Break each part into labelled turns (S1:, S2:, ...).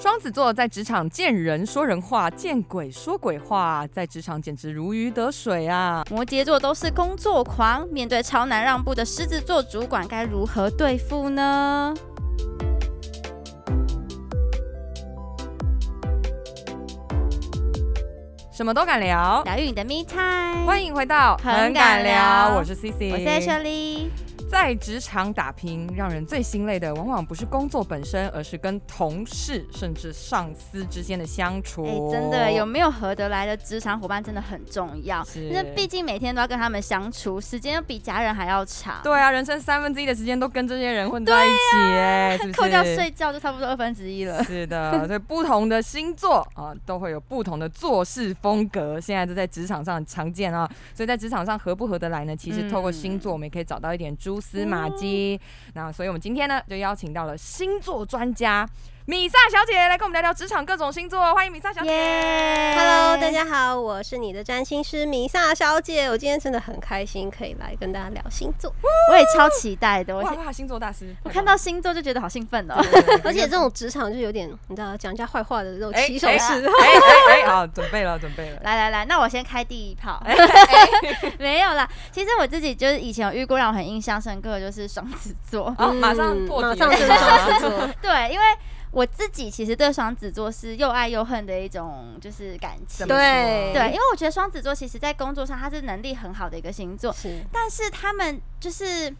S1: 双子座在职场见人说人话，见鬼说鬼话，在职场简直如鱼得水啊！
S2: 摩羯座都是工作狂，面对超难让步的狮子座主管，该如何对付呢？
S1: 什么都敢聊，
S2: 疗愈你的 me time，
S1: 欢
S2: 迎，
S1: 迎回到
S2: 很敢聊
S1: 我是 C C，
S2: 我是 Ashley。
S1: 在职场打拼，让人最心累的往往不是工作本身，而是跟同事甚至上司之间的相处。
S2: 哎、真的有没有合得来的职场伙伴真的很重要。
S1: 是
S2: 那毕竟每天都要跟他们相处，时间要比家人还要长。
S1: 对啊，人生三分之一的时间都跟这些人混在一起、 哎、是不是？
S2: 啊扣掉睡觉就差不多二分之一 了。
S1: 是的，所以不同的星座啊，都会有不同的做事风格。现在这在职场上很常见啊，所以在职场上合不合得来呢？其实透过星座，我们也可以找到一点蛛丝马迹。那所以我们今天呢，就邀请到了星座专家米萨小姐来跟我们聊聊职场各种星座。欢迎米萨小姐。
S2: 耶
S3: Hello，大家好，我是你的占星师米萨小姐。我今天真的很开心，可以来跟大家聊星座，
S1: 嗯
S2: 我也超期待的，
S1: 哇
S2: 我
S1: 哇，星座大师！
S2: 我看到星座就觉得好兴奋哦。
S3: 而且这种职场就有点，你知道，讲人家坏话的这种
S1: 哎
S3: 起手
S1: 哎哎
S3: 式。
S1: 哎哎，好，准备了，准备了。
S2: 来来来，那我先开第一 炮。 没有啦，其实我自己就是以前有遇过让我很印象深刻的就是双子座，
S1: 哦，
S3: 嗯
S1: 马上破
S3: 马
S1: 题了
S3: 上就是双子座，
S2: 对，因为我自己其实对双子座是又爱又恨的一种就是感情
S1: 怎。么 说
S3: 对
S2: 对，因为我觉得双子座其实在工作上他是能力很好的一个星座，
S3: 是
S2: 但是他们就是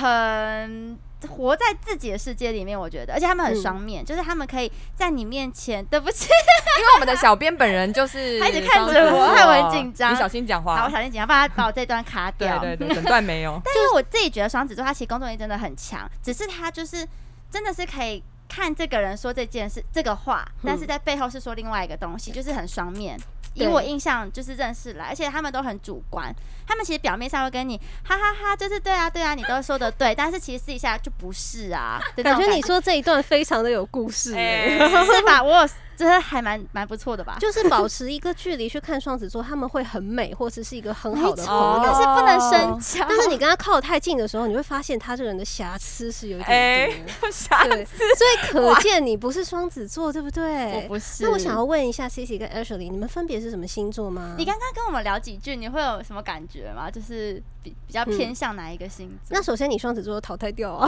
S2: 很活在自己的世界里面，我觉得，而且他们很
S3: 嗯
S2: 双面，就是他们可以在你面前，对不起，
S1: 因为我们的小编本人就是
S2: 他一直看
S1: 双
S2: 着
S1: 子
S2: 我
S1: 座
S2: 害我很紧张
S1: 你小心讲话。
S2: 好，我小心讲，不然他把我这段卡
S1: 对
S2: 掉。
S1: 对对，整段没 有。
S2: 但是我自己觉得双子座他其实工作能力真的很强，只是他就是真的是可以看这个人说这件事这个话，但是在背后是说另外一个东西，就是很双面。以
S3: 嗯对
S2: 我印象就是认识来，而且他们都很主观，他们其实表面上会跟你哈哈哈就是对啊对啊，你都说的对，但是其实私底下就不是啊。的那
S3: 感
S2: 种
S3: 觉你说这一段非常的有故事、欸，
S1: 哎
S2: 感觉是吧？我有真的还蛮蛮不错的吧？
S3: 就是保持一个距离去看双子座，他们会很美，或者是一个很好的
S2: 没
S3: 朋
S2: 错
S3: 友。哦
S2: 但是不能深交。
S3: 但是你跟他靠得太近的时候，你会发现他这个人的瑕疵是有一点
S1: 哎
S3: 多的。，
S1: 啥？
S3: 对，所以可见你不是双子座，对不对？
S2: 我不是。
S3: 那我想要问一下 c c 跟 Ashley，你们分别是什么星座
S1: 嗯
S3: 吗？
S2: 你刚刚跟我们聊几句，你会有什么感觉吗？就是比比较偏向哪一个星座？
S3: 嗯那首先你双子座淘汰掉 啊，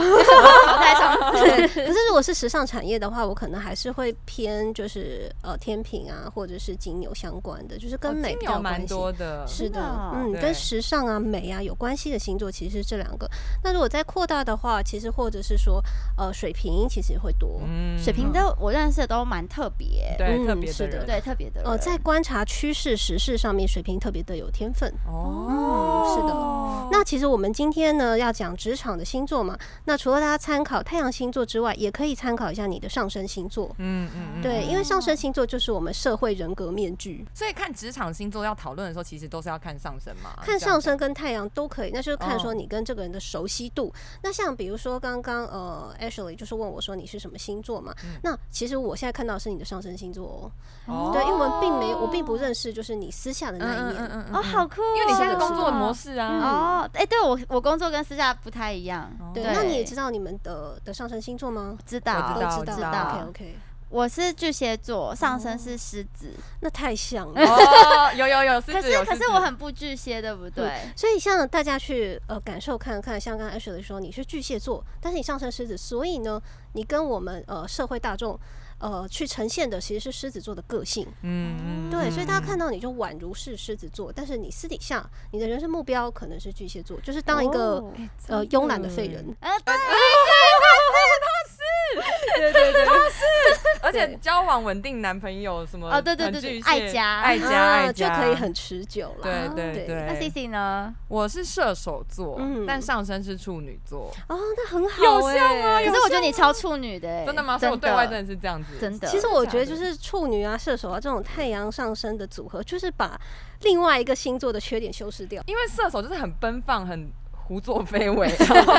S2: 淘汰双子，
S3: 对。可是如果是时尚产业的话，我可能还是会偏就是呃天平啊，或者是金牛相关的，就是跟美
S1: 哦金
S3: 比较
S1: 牛
S3: 有关
S1: 蛮
S3: 系。
S1: 多的，
S3: 是
S2: 真的哦
S3: 的，嗯，
S1: 对
S3: 跟时尚啊、美啊有关系的星座其实是这两个。那如果再扩大的话，其实或者是说，呃，水瓶其实会多。
S1: 嗯
S2: 水瓶都我认识的都蛮特别，
S1: 对
S3: 嗯
S1: 特别
S3: 是
S1: 人
S3: 的
S2: 对特别的人。
S3: 呃，在观察趋势、时事上面，水瓶特别的有天分。
S1: 哦，
S3: 是的那其实我们今天呢要讲职场的星座嘛，那除了大家参考太阳星座之外，也可以参考一下你的上升星座。
S1: 嗯嗯嗯
S3: 对，
S1: 嗯
S3: 因为上升星座就是我们社会人格面具，
S1: 所以看职场星座要讨论的时候，其实都是要看上升嘛，哦
S3: 看
S1: 这样
S3: 上
S1: 子
S3: 升跟太阳都可以，那就是看
S1: 哦
S3: 说你跟这个人的熟悉度。那像比如说刚刚呃 Ashley 就是问我说你是什么星座嘛，
S1: 嗯
S3: 那其实我现在看到的是你的上升星座哦，
S1: 哦
S3: 对，因为我们并没有我并不认识就是你私下的
S1: 嗯
S3: 那一
S1: 哦嗯
S3: 面，
S1: 嗯嗯嗯
S2: 哦，
S1: 嗯
S2: 好酷哦！
S1: 因为你现在
S3: 是
S1: 的
S3: 的
S1: 工作
S3: 是的
S1: 模式
S3: 嗯
S1: 啊，
S2: 哦，哎，对我我工作跟私下不太一样
S1: 哦。
S3: 对，那你也知
S2: 道
S3: 道你们的的上升星座吗？
S2: 知
S1: 我
S2: 道
S1: 知道
S3: 都
S1: 知
S3: 知
S1: 道
S3: 道，OK OK，
S2: 我是巨蟹
S3: 哦
S2: 座，上身是狮子，
S3: 那太像了。
S1: 哦，有有有，
S2: 可
S1: 狮子
S2: 是
S1: 有
S2: 可
S1: 狮
S2: 是
S1: 子
S2: 我很不巨蟹，对不对？
S3: 所以像大家去呃感受看看，像刚才 Ashley 说你是巨蟹座，但是你上升狮子，所以呢，你跟我们呃社会大众呃去呈现的其实是狮子座的个性，
S1: 嗯
S3: 对，所以大家看
S1: 到
S3: 到你就宛如是狮子座，但是你私底下你的人生目标可能是巨蟹座，就是当一个、
S2: 哦
S3: 呃慵懒的废人，
S2: 呃，对
S3: 对对对，
S1: 而且
S3: 对
S1: 交往稳定男朋友什么
S2: 哦对对
S1: 很
S2: 对对
S1: 巨
S2: 爱
S1: 蟹
S2: 家
S1: 爱家爱
S3: 啊就
S1: 家
S3: 可以很持久了。
S1: 对对
S3: 对
S2: 那
S1: 对。
S2: C C 呢？
S1: 我是射手座
S3: 嗯，
S1: 但上身是处女座，
S3: 哦，那很好
S1: 有
S3: 哎、
S1: 像吗？
S2: 可
S1: 有
S2: 是我觉得你超处女的，哎
S1: 真的吗？所以我对外真的是这样子，
S2: 真的。
S3: 其实我觉得
S1: 假
S3: 就
S1: 的
S3: 是处女啊、射手啊这种太阳上升的组合，就是把另外一个星座的缺点修饰掉。
S1: 因为射手就是很奔放，很胡作非 为，然后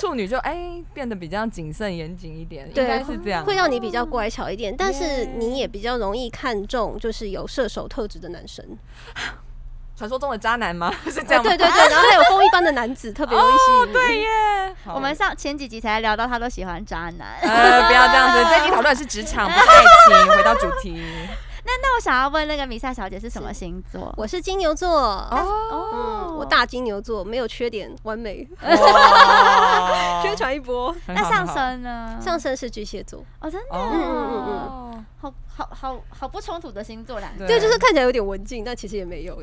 S1: 处女就哎、变得比较谨慎严谨一点，应
S3: 对
S1: 该是这样。嗯
S3: 会让你比较乖巧一点，但是
S1: 耶
S3: 你也比较容易看重就是有射手特质的男生。
S1: 传说中的渣 男吗？是这样吗？哦
S3: 对对对，然后还有风一般的男子特别容易吸引你。
S1: 对耶，好
S2: 我们上前几集才聊到他都喜欢渣 男。
S1: 呃不要这样子，这一集讨论的是职场，不是爱情。回到主题，
S2: 那我想要问那个米萨小姐是什么星座？
S3: 我是金牛座，
S1: 哦，
S3: 嗯，我大金牛座，没有缺点，完美，
S1: 哇
S3: 宣传一波。
S1: 很
S2: 那
S1: 嗯好
S2: 上
S1: 很好
S2: 升呢？
S3: 上升是巨蟹座，
S2: 哦，真的，
S1: 哦，
S3: 嗯嗯
S1: 嗯
S2: 好好好好不冲突的星座两个。
S3: 对，就是看起来有点文静，但其实也没 有。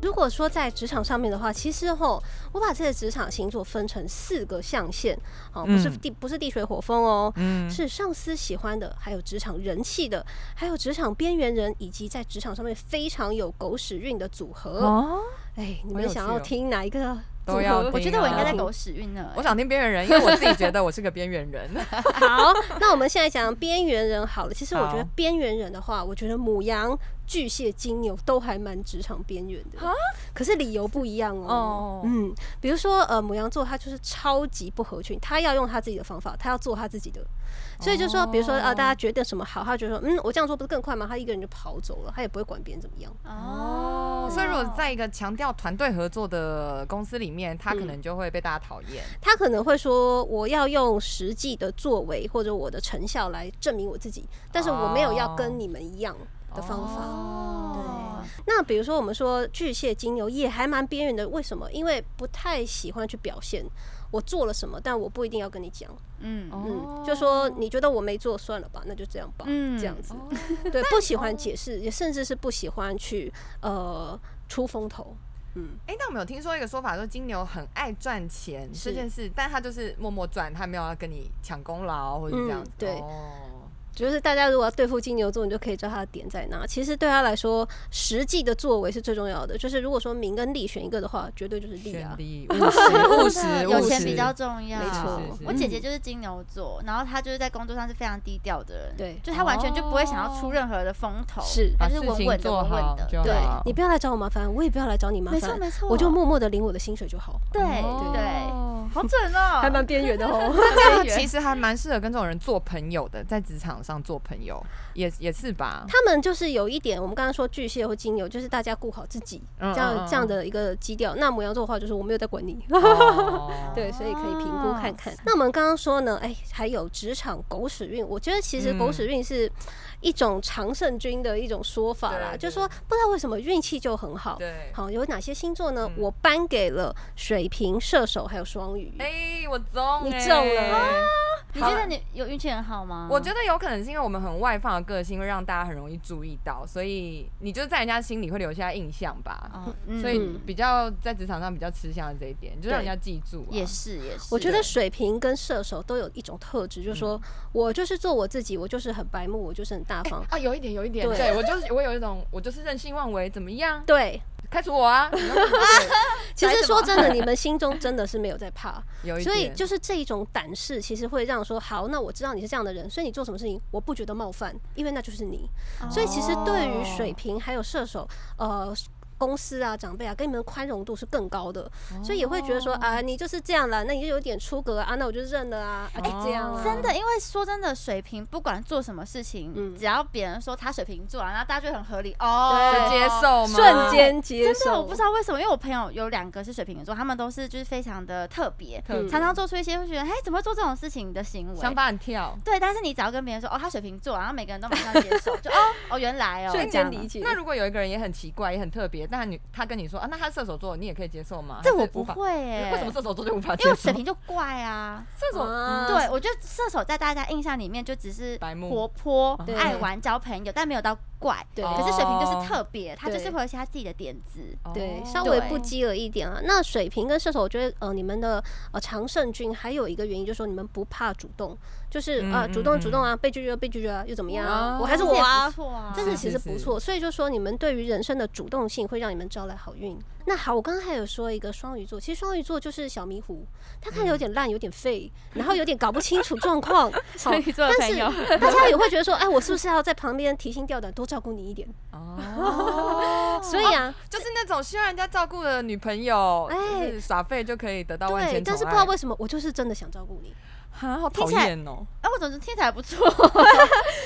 S3: 如果说在职场上面的话，其实吼，我把这个职场星座分成四个象限，哦，不是
S1: 嗯
S3: 地不是地水火风哦，
S1: 嗯
S3: 是上司喜欢的，还有职场人气的，还有职场边缘人，以及在职场上面非常有狗屎运的组合。
S1: 哦，
S3: 哎，你
S1: 好
S3: 们
S1: 有
S3: 想
S1: 趣
S3: 要
S1: 哦
S3: 听哪一个组
S1: 都要
S3: 合
S2: 我觉得我应该在
S1: 听啊
S2: 狗屎运呢。
S1: 我想听边缘人，因为我自己觉得我是个边缘人。
S3: 好，那我们现在讲边缘人好了。其实我觉得
S1: 好
S3: 边缘人的话，我觉得母羊、巨蟹、金牛都还蛮职场边缘的
S1: 啊。
S3: 可是理由不一样哦
S1: 哦。
S3: 嗯，比如说呃，母羊座他就是超级不合群，他要用他自己的方法，他要做他自己的。所以就说，比如说
S1: 哦
S3: 呃，大家决定什么好，他觉得说，嗯，我这样做不是更快吗？他一个人就跑走了，他也不会管别人怎么样。
S1: 哦，所以如果在一个强调团队合作的公司里面，他可能就会被大家讨厌。
S3: 他可能会说，我要用实际的作为或者我的成效来证明我自己，但是我没有要
S1: 哦
S3: 跟你们一样的方法。
S2: 哦，
S3: 那比如说，我们说巨蟹、金牛也还蛮边缘的，为什么？因为不太喜欢去表现我做了什么，但我不一定要跟你讲，
S2: 嗯
S1: 哦
S3: 嗯，就说你觉得我没做算了吧，那就这样吧，
S2: 嗯哦
S3: 这样子，
S1: 哦
S3: 对，不喜欢解释，也甚至是不喜欢去呃出风头，嗯，
S1: 哎、那我们有听说一个说法，说金牛很爱赚钱
S3: 是
S1: 这件事，但他就是默默赚，他没有要跟你抢功劳或者这样子。
S3: 嗯对
S1: 哦
S3: 就是大家如果要对付金牛座，你就可以知道他的点在哪。其实对他来说，实际的作为是最重要的，就是如果说名跟利选一个的话，绝对就是利啊
S1: 绚，丽务实，务实，
S2: 有
S1: 务
S2: 钱
S1: 实
S2: 比较重要，
S3: 没错
S1: 是是
S2: 我姐姐就是金牛座，然后她就是在工作上是非常低调的人，
S3: 对
S2: 就她完全就不会想要出
S3: 哦
S2: 任何的风头，
S3: 是
S2: 她
S1: 把
S2: 就是
S1: 事
S2: 稳
S1: 情
S2: 稳的、
S1: 做
S2: 稳
S1: 好
S2: 稳的，
S1: 就
S3: 对
S1: 好。
S3: 你不要来找我麻烦，我也不要来找你麻
S2: 没错
S3: 烦，
S2: 没错，
S3: 我就默默的领我的薪水就好。
S2: 对
S1: 哦
S2: 对，好准哦，
S3: 还蛮边缘 的哦。
S1: 这
S2: 边
S1: 样其
S2: 缘，
S1: 实还蛮适合跟这种人做朋友的，在职场上做朋友也也是吧。
S3: 他们就是有一点，我们刚刚说巨蟹或金牛，就是大家顾好自己
S1: 嗯
S3: 这样、
S1: 嗯嗯
S3: 这样的一个基调。那母羊座的话，就是我没有在管你，
S1: 哦
S3: 对，所以可以评估看看。那我们刚刚说呢，哎，还有职场狗屎运，我觉得其实
S1: 嗯
S3: 狗屎运是一种常胜军的一种说法啦，
S1: 对对
S3: 就是说不知道为什么运气就很好。
S1: 对。
S3: 好，有哪些星座呢？
S1: 嗯
S3: 我颁给了水瓶、射手还有双鱼。
S1: 哎、我中、
S3: 你
S1: 哎
S3: 中了啊
S2: 你觉得你有运气很好吗？
S1: 我觉
S2: 得
S1: 得有可能是因为我们很外放的个性，会让大家很容易注意到，所以你就在人家心里会留下印象吧。
S2: 哦，嗯
S1: 所以比较在职场上比较吃香的这一点，就让人家
S3: 对
S1: 记住、啊。
S2: 也，是也是，
S3: 我觉得水瓶跟射手都有一种特质，就
S1: 嗯
S3: 是说我就是做我自己，我就是很白目，我就是很大方。
S1: 啊，有一点，有一点，
S3: 对
S1: 对我就是我有一种，我就是任性妄为，怎么样，
S3: 对，
S1: 开除我啊！
S3: 其实说真 的，你们心中真的是没有在怕，
S1: 有一点，
S3: 所以就是这一种胆识，其实会让说好，那我知道你是这样的人，所以你做什么事情我不觉得冒犯，因为那就是你。
S2: 哦，
S3: 所以其实对于水瓶还有射手，呃。公司啊，长辈啊，跟你们的宽容度是更高的，所以也会觉得
S2: 哦
S3: 说啊，你就是这样啦，那你就有点出格啊，啊那我就认了啊，啊就这样啊，
S1: 哦
S2: 真的，因为说真的，水瓶不管做什么事情，
S3: 嗯
S2: 只要别人说他水瓶座啊，然后大家就很合理哦，
S1: 就接受吗？
S3: 瞬间接
S2: 真
S3: 受，
S2: 的，我不知道为什么，因为我朋友有两个是水瓶座，他们都是就是非常的特别，
S3: 嗯
S1: 特别
S2: 常常做出一些会觉得，哎，怎么会做这种事情的行
S1: 想
S2: 为？
S1: 法很跳。
S2: 对，但是你只要跟别人说，哦，他水瓶座，然后每个人都马上接受，就哦哦，原来哦，
S3: 瞬
S2: 这样
S3: 间
S2: 啊
S3: 理解。
S1: 那如果有一个人也很奇怪，也很特别，但你他跟你说啊，那他射手座，你也可以接受吗？
S2: 这
S1: 还
S2: 我
S1: 是
S2: 不
S1: 无法。
S2: 会哎、
S1: 为什么射手座就无法接
S2: 因为我
S1: 受
S2: 水？瓶就怪啊，
S1: 射手
S3: 啊
S2: 对我觉得射手在大家印象里面就只是
S1: 白目
S2: 活泼
S1: 对、
S2: 爱玩、交朋友，但没有到怪。
S3: 对
S2: 可是水瓶就是
S1: 哦
S2: 特别，他就是
S3: 对
S2: 会有一些他自己的点子。
S3: 对，稍微
S2: 对
S3: 不激了一点啊。那水瓶跟射手，我觉得呃，你们的呃常胜军还有一个原因，就是说你们不怕主动，就是
S1: 嗯
S3: 啊、
S1: 嗯
S3: 主动
S1: 嗯
S3: 主动啊，被拒绝被拒绝啊，又怎么样
S1: 哦
S3: 啊？我还
S2: 还
S3: 是我
S2: 不
S3: 啊，
S2: 错啊，
S3: 这
S1: 是
S3: 是其实不错。所以就说你们对于人生的主动性会让你们招来好运。那好，我刚刚还有说一个双鱼座，其实双鱼座就是小迷糊，他看起来
S1: 嗯
S3: 有点烂，有点废，然后有点搞不清楚 状况。好
S2: 双鱼座啊的
S3: 但
S2: 朋
S3: 是
S2: 友
S3: 大家也会觉得说，哎，我是不是要在旁边提心吊胆，多照顾你一点？
S1: 哦，
S3: 所以啊，
S1: 就是那种需要人家照顾的女朋友，
S3: 哎
S1: 就是耍废就可以得到万
S3: 对，
S1: 千宠
S3: 但
S1: 爱。
S3: 是不知道为什么，我就是真的想照顾你。
S1: 啊，好讨厌哦！
S2: 哎，我总觉得听起来 不错，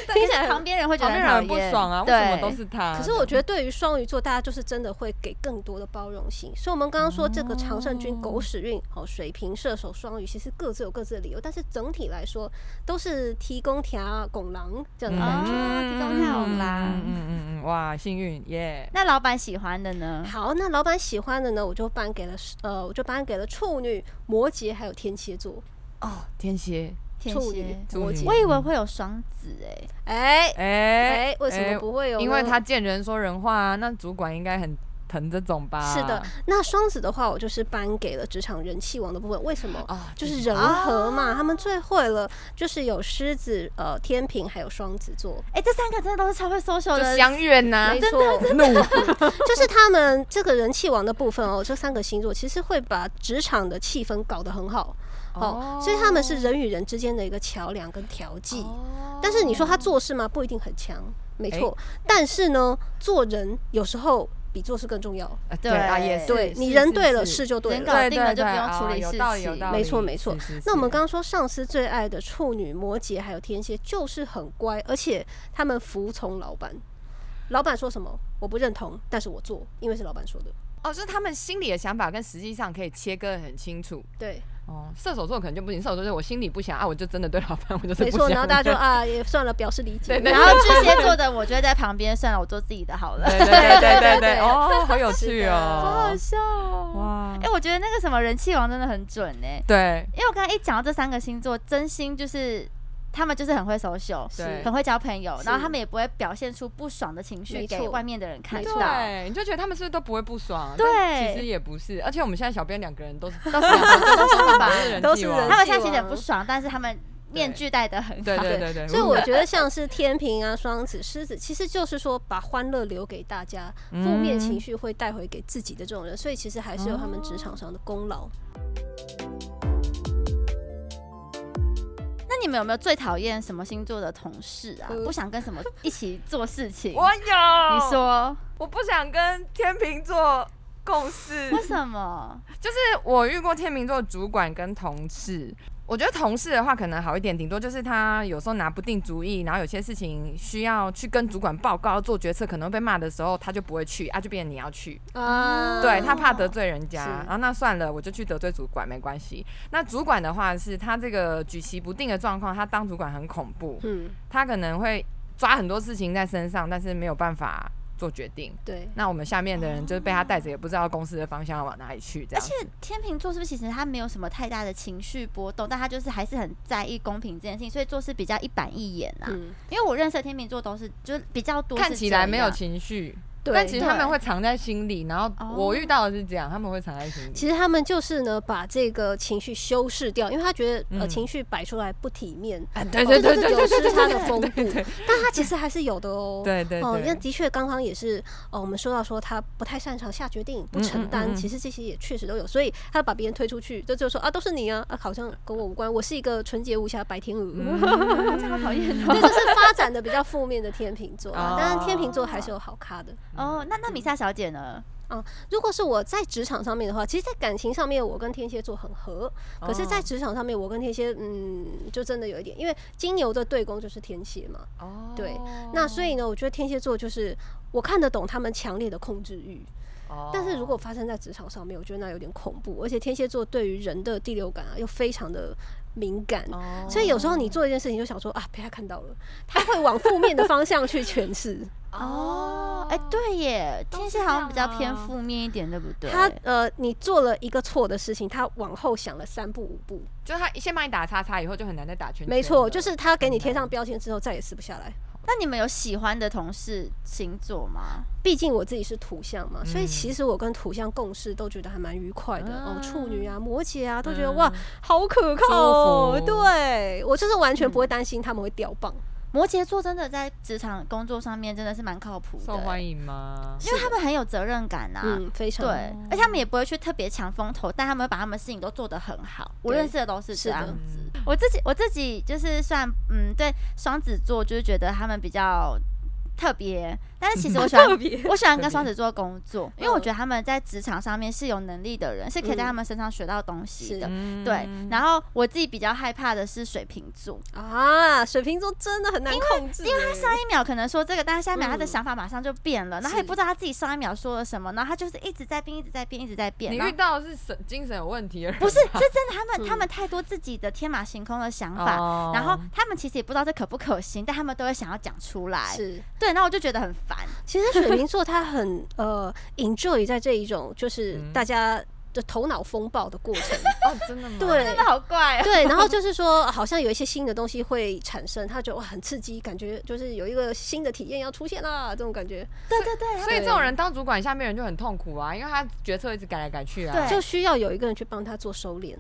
S2: 但
S3: 听起
S2: 是
S3: 来
S2: 旁边人会觉
S1: 旁
S2: 得
S1: 边
S2: 很
S1: 人
S2: 讨
S1: 很
S2: 厌
S1: 不爽啊，为什么都是他？
S3: 可是我觉得对于双鱼座，大家就是真的会给更多的包容性。所以我们刚刚说这个常胜军
S1: 哦
S3: 狗屎运，哦，水瓶、射手、双鱼，其实各自有各自的理由，但是整体来说都是提供条啊拱狼这样的感觉。
S2: 哦这种好啦
S1: 嗯嗯嗯嗯，哇，幸运耶！
S2: 那老板喜欢的呢？
S1: 嗯
S3: 好，那老板喜欢的呢，我就颁给了呃，我就颁给了处女、摩羯还有天蝎座。
S1: 哦，天蝎，
S2: 天
S3: 处
S2: 蝎
S3: 女。、
S1: 处
S3: 摩
S1: 女
S2: 我
S3: 羯，
S2: 以为会有双子哎，
S3: 哎
S1: 哎
S3: 哎，为什么不会有呢？
S1: 因为他见人说人话啊，那主管应该很疼这种吧？
S3: 是的。那双子的话，我就是颁给了职场人气王的部分。为什么？
S1: 啊，
S3: 哦就是人和嘛，他们最会了，就是有狮子、呃天平还有双子座，
S2: 哎，这三个真的都是超会
S1: 就
S2: social 的，
S1: 相怨呐，
S3: 没错，
S1: 怒，
S3: 就是他们这个人气王的部分哦，这三个星座其实会把职场的气氛搞得很好哦，所以他们是人与人之间的一个桥梁跟调剂。
S1: 哦
S3: 但是你说他做事吗？不一定很强，没错，但是呢，做人有时候比做事更重要。
S1: 呃
S2: 对
S1: 对啊，也是
S3: 对
S1: 是
S3: 你
S1: 是
S3: 人对了，
S1: 是
S3: 事就对
S2: 人
S3: 了
S2: 搞。定了
S1: 对对
S2: 就不
S1: 对
S2: 用处
S1: 啊
S2: 理
S1: 有
S2: 事
S1: 道理有
S2: 情
S1: 道
S3: 没
S1: 理
S3: 错没错
S1: 是是
S3: 那我们
S1: 是
S3: 刚刚说上司最爱的处女、摩羯还有天蝎，就是很乖，而且他们服从老板。老板说什么我不认同，但是我做，因为是老板说的。
S1: 哦，就是他们心里的想法跟实际上可以切割得很清楚。
S3: 对，
S1: 哦，射手座可能就不行，射手座就是我心里不想啊，我就真的对老板，我就是
S3: 没
S1: 不
S3: 错。
S1: 想
S3: 然后 大家就啊，也算了，表示理解。
S1: 对对
S2: 然后巨蟹座的，我就会在旁边，算了，我做自己的好 了。
S1: 对对对对对对，
S3: 对
S1: 哦， 好有
S3: 啊是
S1: 趣
S3: 的
S1: 哦，
S2: 笑哦！
S1: 哇
S2: 哎、，我觉得那个什么人气王真的很准哎、
S1: 对
S2: 因为我刚刚一讲到这三个星座，真心就是他们就是很会 social，
S1: 对
S2: 很会交朋友，
S3: 是
S2: 然后他们也不会表现出不爽的情绪
S3: 没错
S2: 给外面的人看
S3: 没
S2: 到
S3: 错。
S1: 对，你就觉得他们是不是都不会不爽？
S2: 对
S1: 但其实也不是，而且我们现在小编两个人都是
S2: 都是都是吧，
S1: 都
S3: 都
S1: 是人气
S3: 是人
S2: 他
S1: 王，
S2: 们现在其实很不爽，但是他们面具戴得很好。
S1: 对对对对，
S3: 所以我觉得像是天平啊、双子、狮子，其实就是说把欢乐留给大家，
S1: 嗯
S3: 负面情绪会带回给自己的这种人，所以其实还是有他们职场上的功劳。
S2: 那你们有没有最讨厌什么星座的同事啊？
S3: 呃
S2: 不想跟什么一起做事情？
S1: 我有，
S2: 你说
S1: 我不想跟天秤座共事，
S2: 为什么？
S1: 就是我遇过天秤座主管跟同事。我觉得同事的话可能好一点，顶多就是他有时候拿不定主意，然后有些事情需要去跟主管报告、做决策，可能会被骂的时候，他就不会去啊，就变成你要去。
S3: 啊
S1: 对他怕得罪人家
S3: 是，
S1: 然后那算了，我就去得罪主管没关系。那主管的话是他这个举棋不定的状况，他当主管很恐怖，
S3: 嗯，
S1: 他可能会抓很多事情在身上，但是没有办法做决定。
S3: 对，
S1: 那我们下面的人就是被他带着，也不知道公司的方向要往哪里去，这
S2: 而
S1: 样子。
S2: 且天秤座是不是其实他没有什么太大的情绪波动，但他就是还是很在意公平这件事情，所以做事比较一板一眼啊。
S3: 嗯，
S2: 因为我认识的天秤座都是就是比较多是
S1: 看起来没有
S2: 这样
S1: 情绪，
S3: 对。
S1: 但其实他
S2: 对
S1: 们会藏在心里。然后
S2: 哦
S1: 我遇到的是这样，他们会藏在心里。
S3: 其实他们就是呢，把这个情绪修饰掉，因为他觉得呃
S1: 嗯
S3: 情绪摆出来不体面，
S1: 啊，对
S3: 哦
S1: 对对
S3: 这
S1: 对
S3: 就
S1: 对
S3: 是
S1: 对
S3: 有失他
S1: 对
S3: 的
S1: 对
S3: 风
S1: 对
S3: 度
S1: 对，
S3: 但他其实还是有的哦。
S1: 对对
S3: 哦，
S1: 对，
S3: 那的确刚刚也是哦，我们说到说他不太擅长下决定，不承
S1: 嗯嗯嗯
S3: 担，
S1: 嗯
S3: 其实这些也确实都有，所以他把别人推出去，就就说啊都是你啊，啊好像跟我无关，我是一个纯洁无瑕的白天鹅。
S1: 嗯
S2: 啊这好讨厌
S3: 对，
S2: 哦。
S3: 就是发展的比较负面的天秤座啊，
S1: 哦嗯
S3: 当然天秤座还是有好咖的。
S2: 哦，那那米莎小姐呢？
S3: 如果是我在职场上面的话，其实，在感情上面我跟天蝎座很合，可是，
S1: 哦
S3: 在职场上面我跟天蝎，嗯，就真的有一点，因为金牛的对宫就是天蝎嘛，
S1: 哦
S3: 对那所以呢，我觉得天蝎座就是我看得懂他们强烈的控制欲，
S1: 哦
S3: 但是如果发生在职场上面，我觉得那有点恐怖，而且天蝎座对于人的第六感啊又非常的敏感。
S1: 哦
S3: 所以有时候你做一件事情，就想说啊，被他看到了，他会往负面的方向去诠释。
S2: 哦，哎，对耶，
S1: 都
S2: 天
S1: 是
S2: 蝎好像
S1: 这
S2: 比较
S1: 样
S2: 偏
S1: 啊
S2: 负面一点，对不对？
S3: 他呃，你做了一个错的事情，他往后想了三步五步，
S1: 就是他先帮你打叉叉，以后就很难再打圈圈了。
S3: 没错，就是他给你贴上标签之后，再也撕不下来。
S2: 那你们有喜欢的同事星座吗？
S3: 毕竟我自己是土象嘛，所以
S1: 嗯
S3: 其实我跟土象共事都觉得还蛮愉快的。
S1: 啊
S3: 哦，处女啊、摩羯啊，都觉得、
S1: 嗯
S3: 哇，好可靠哦
S1: 舒。服
S3: 对我就是完全不会担心他们会掉棒。
S2: 摩羯座真的在职场工作上面真的是蛮靠谱的
S1: 受欢
S2: 欸，
S1: 迎吗？
S2: 因为他们很有责任感啊。
S3: 嗯，非常
S2: 对，而且他们也不会去特别抢风头，但他们会把他们事情都做得很好。我
S3: 对
S2: 认识的都是
S3: 是
S2: 这
S3: 的
S2: 样
S1: 嗯
S2: 子。我自己我自己就是算嗯，对双子座就是觉得他们比较特别，但是其 实我喜欢
S3: 特别。嗯
S2: 我喜欢
S1: 特
S2: 跟双
S1: 别
S2: 子座工作，因为我觉得他们在职场上面是有能力的人，是可以在他们身上学到东西的。
S1: 嗯
S2: 对，然后我自己比较害怕的是水瓶座，
S3: 啊，水瓶座真的很难控制欸，因为他上
S2: 上一秒可能说这个，但是下一秒他的
S3: 嗯
S2: 想法马上就变了，然后他也
S3: 是
S2: 不知道他自己上一秒说了什么，然后他就是一直在变，一直在变，一直在变。
S1: 你
S2: 然
S1: 遇
S2: 后
S1: 到的是神精神有问题的人，啊
S2: 不是，是真的，他们他
S3: 嗯
S2: 们太多自己的天马行空的想法，
S1: 哦
S2: 然后他们其实也不知道这可不可行，但他们都会想要讲出来。
S3: 是，
S2: 对，那我就觉得很烦。
S3: 其实水瓶座他很呃 enjoy 在这一种就是
S1: 嗯
S3: 大家的头脑风暴的过程，
S1: 哦，真 的吗？
S3: 对
S2: 真的好 怪、 哦。
S3: 对，然后就是说好像有一些新的东西会产生，他觉得哇很刺激，感觉就是有一个新的体验要出现啦，这种感觉
S2: 对对对，
S1: 所以这种人当主管，下面人就很痛苦啊，因为他决策一直改来改去啊。
S2: 对
S3: 就需要有一个人去帮他做收敛，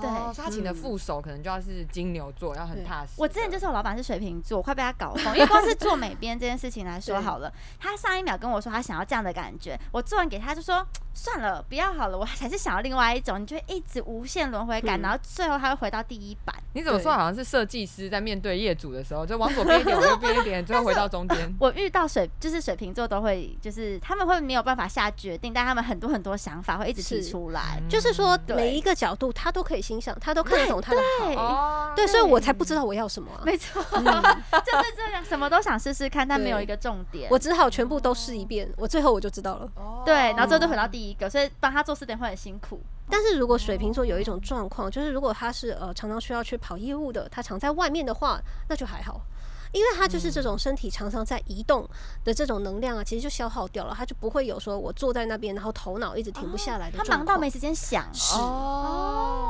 S2: 对嗯
S1: 哦，所以他请的
S3: 嗯
S1: 副手可能就要是金牛座，要很
S3: 对
S1: 踏实的。
S2: 我之前就是我老板是水瓶座，我快被他搞疯。因为光是做美编这件事情来说
S3: 对
S2: 好了，他上一秒跟我说他想要这样的感觉，我做完给他就说算了，不要好了，我还是想要另外一种，你就会一直无限轮回感，
S3: 嗯
S2: 然后最后他会回到第一版。
S1: 你怎么说？
S3: 对
S1: 好像是设计师在面对业主的时候，就往左边一点，往右边一点，最后回到中间。
S2: 我遇到水就是水瓶座都会，就是他们会没有办法下决定，但他们很多很多想法会一直提
S3: 是
S2: 出来。
S3: 就是说
S2: 对
S3: 每一个角度他都可以欣赏，他都看得懂他的 好，
S2: 对
S1: 哦
S3: 对，所以我才不知道我要什么 啊、
S2: 没错，就是这样，什么都想试试看，但没有
S3: 对
S2: 一个重点。
S3: 我只好全部都试一遍，我最后我就知道了。
S1: 哦
S2: 对，然后最后就回到第一个，所以帮他做事点会很辛苦。
S3: 但是如果水瓶座有一种状况，就是如果他是呃常常需要去跑业务的，他常在外面的话，那就还好，因为他就是这种身体常常在移动的这种能量啊，其实就消耗掉了，他就不会有说我坐在那边，然后头脑一直停不下来的
S2: 他
S3: 状况、
S2: 忙到啊没时间想。
S3: 是
S2: 哦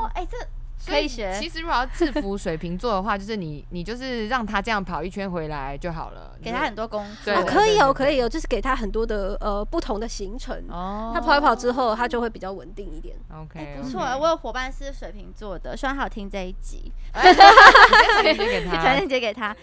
S1: 哦，，
S2: 哎、这
S1: 所
S2: 可以学。
S1: 其实如果要制服水瓶座的话，就是你你就是让他这样跑一圈回来就好了，
S2: 给他很多工作，
S1: 对
S3: 啊，
S1: 对
S3: 可以哦，
S1: 对
S3: 可以哦，就是给他很多的呃不同的行程，
S1: 哦，
S3: 他跑一跑哎之后，他就会比较稳定一点。
S1: OK
S2: 不错。我有伙伴是水瓶座的，希望他有听这一集，
S1: 直接 给
S2: 传
S1: 他
S2: 链接给他。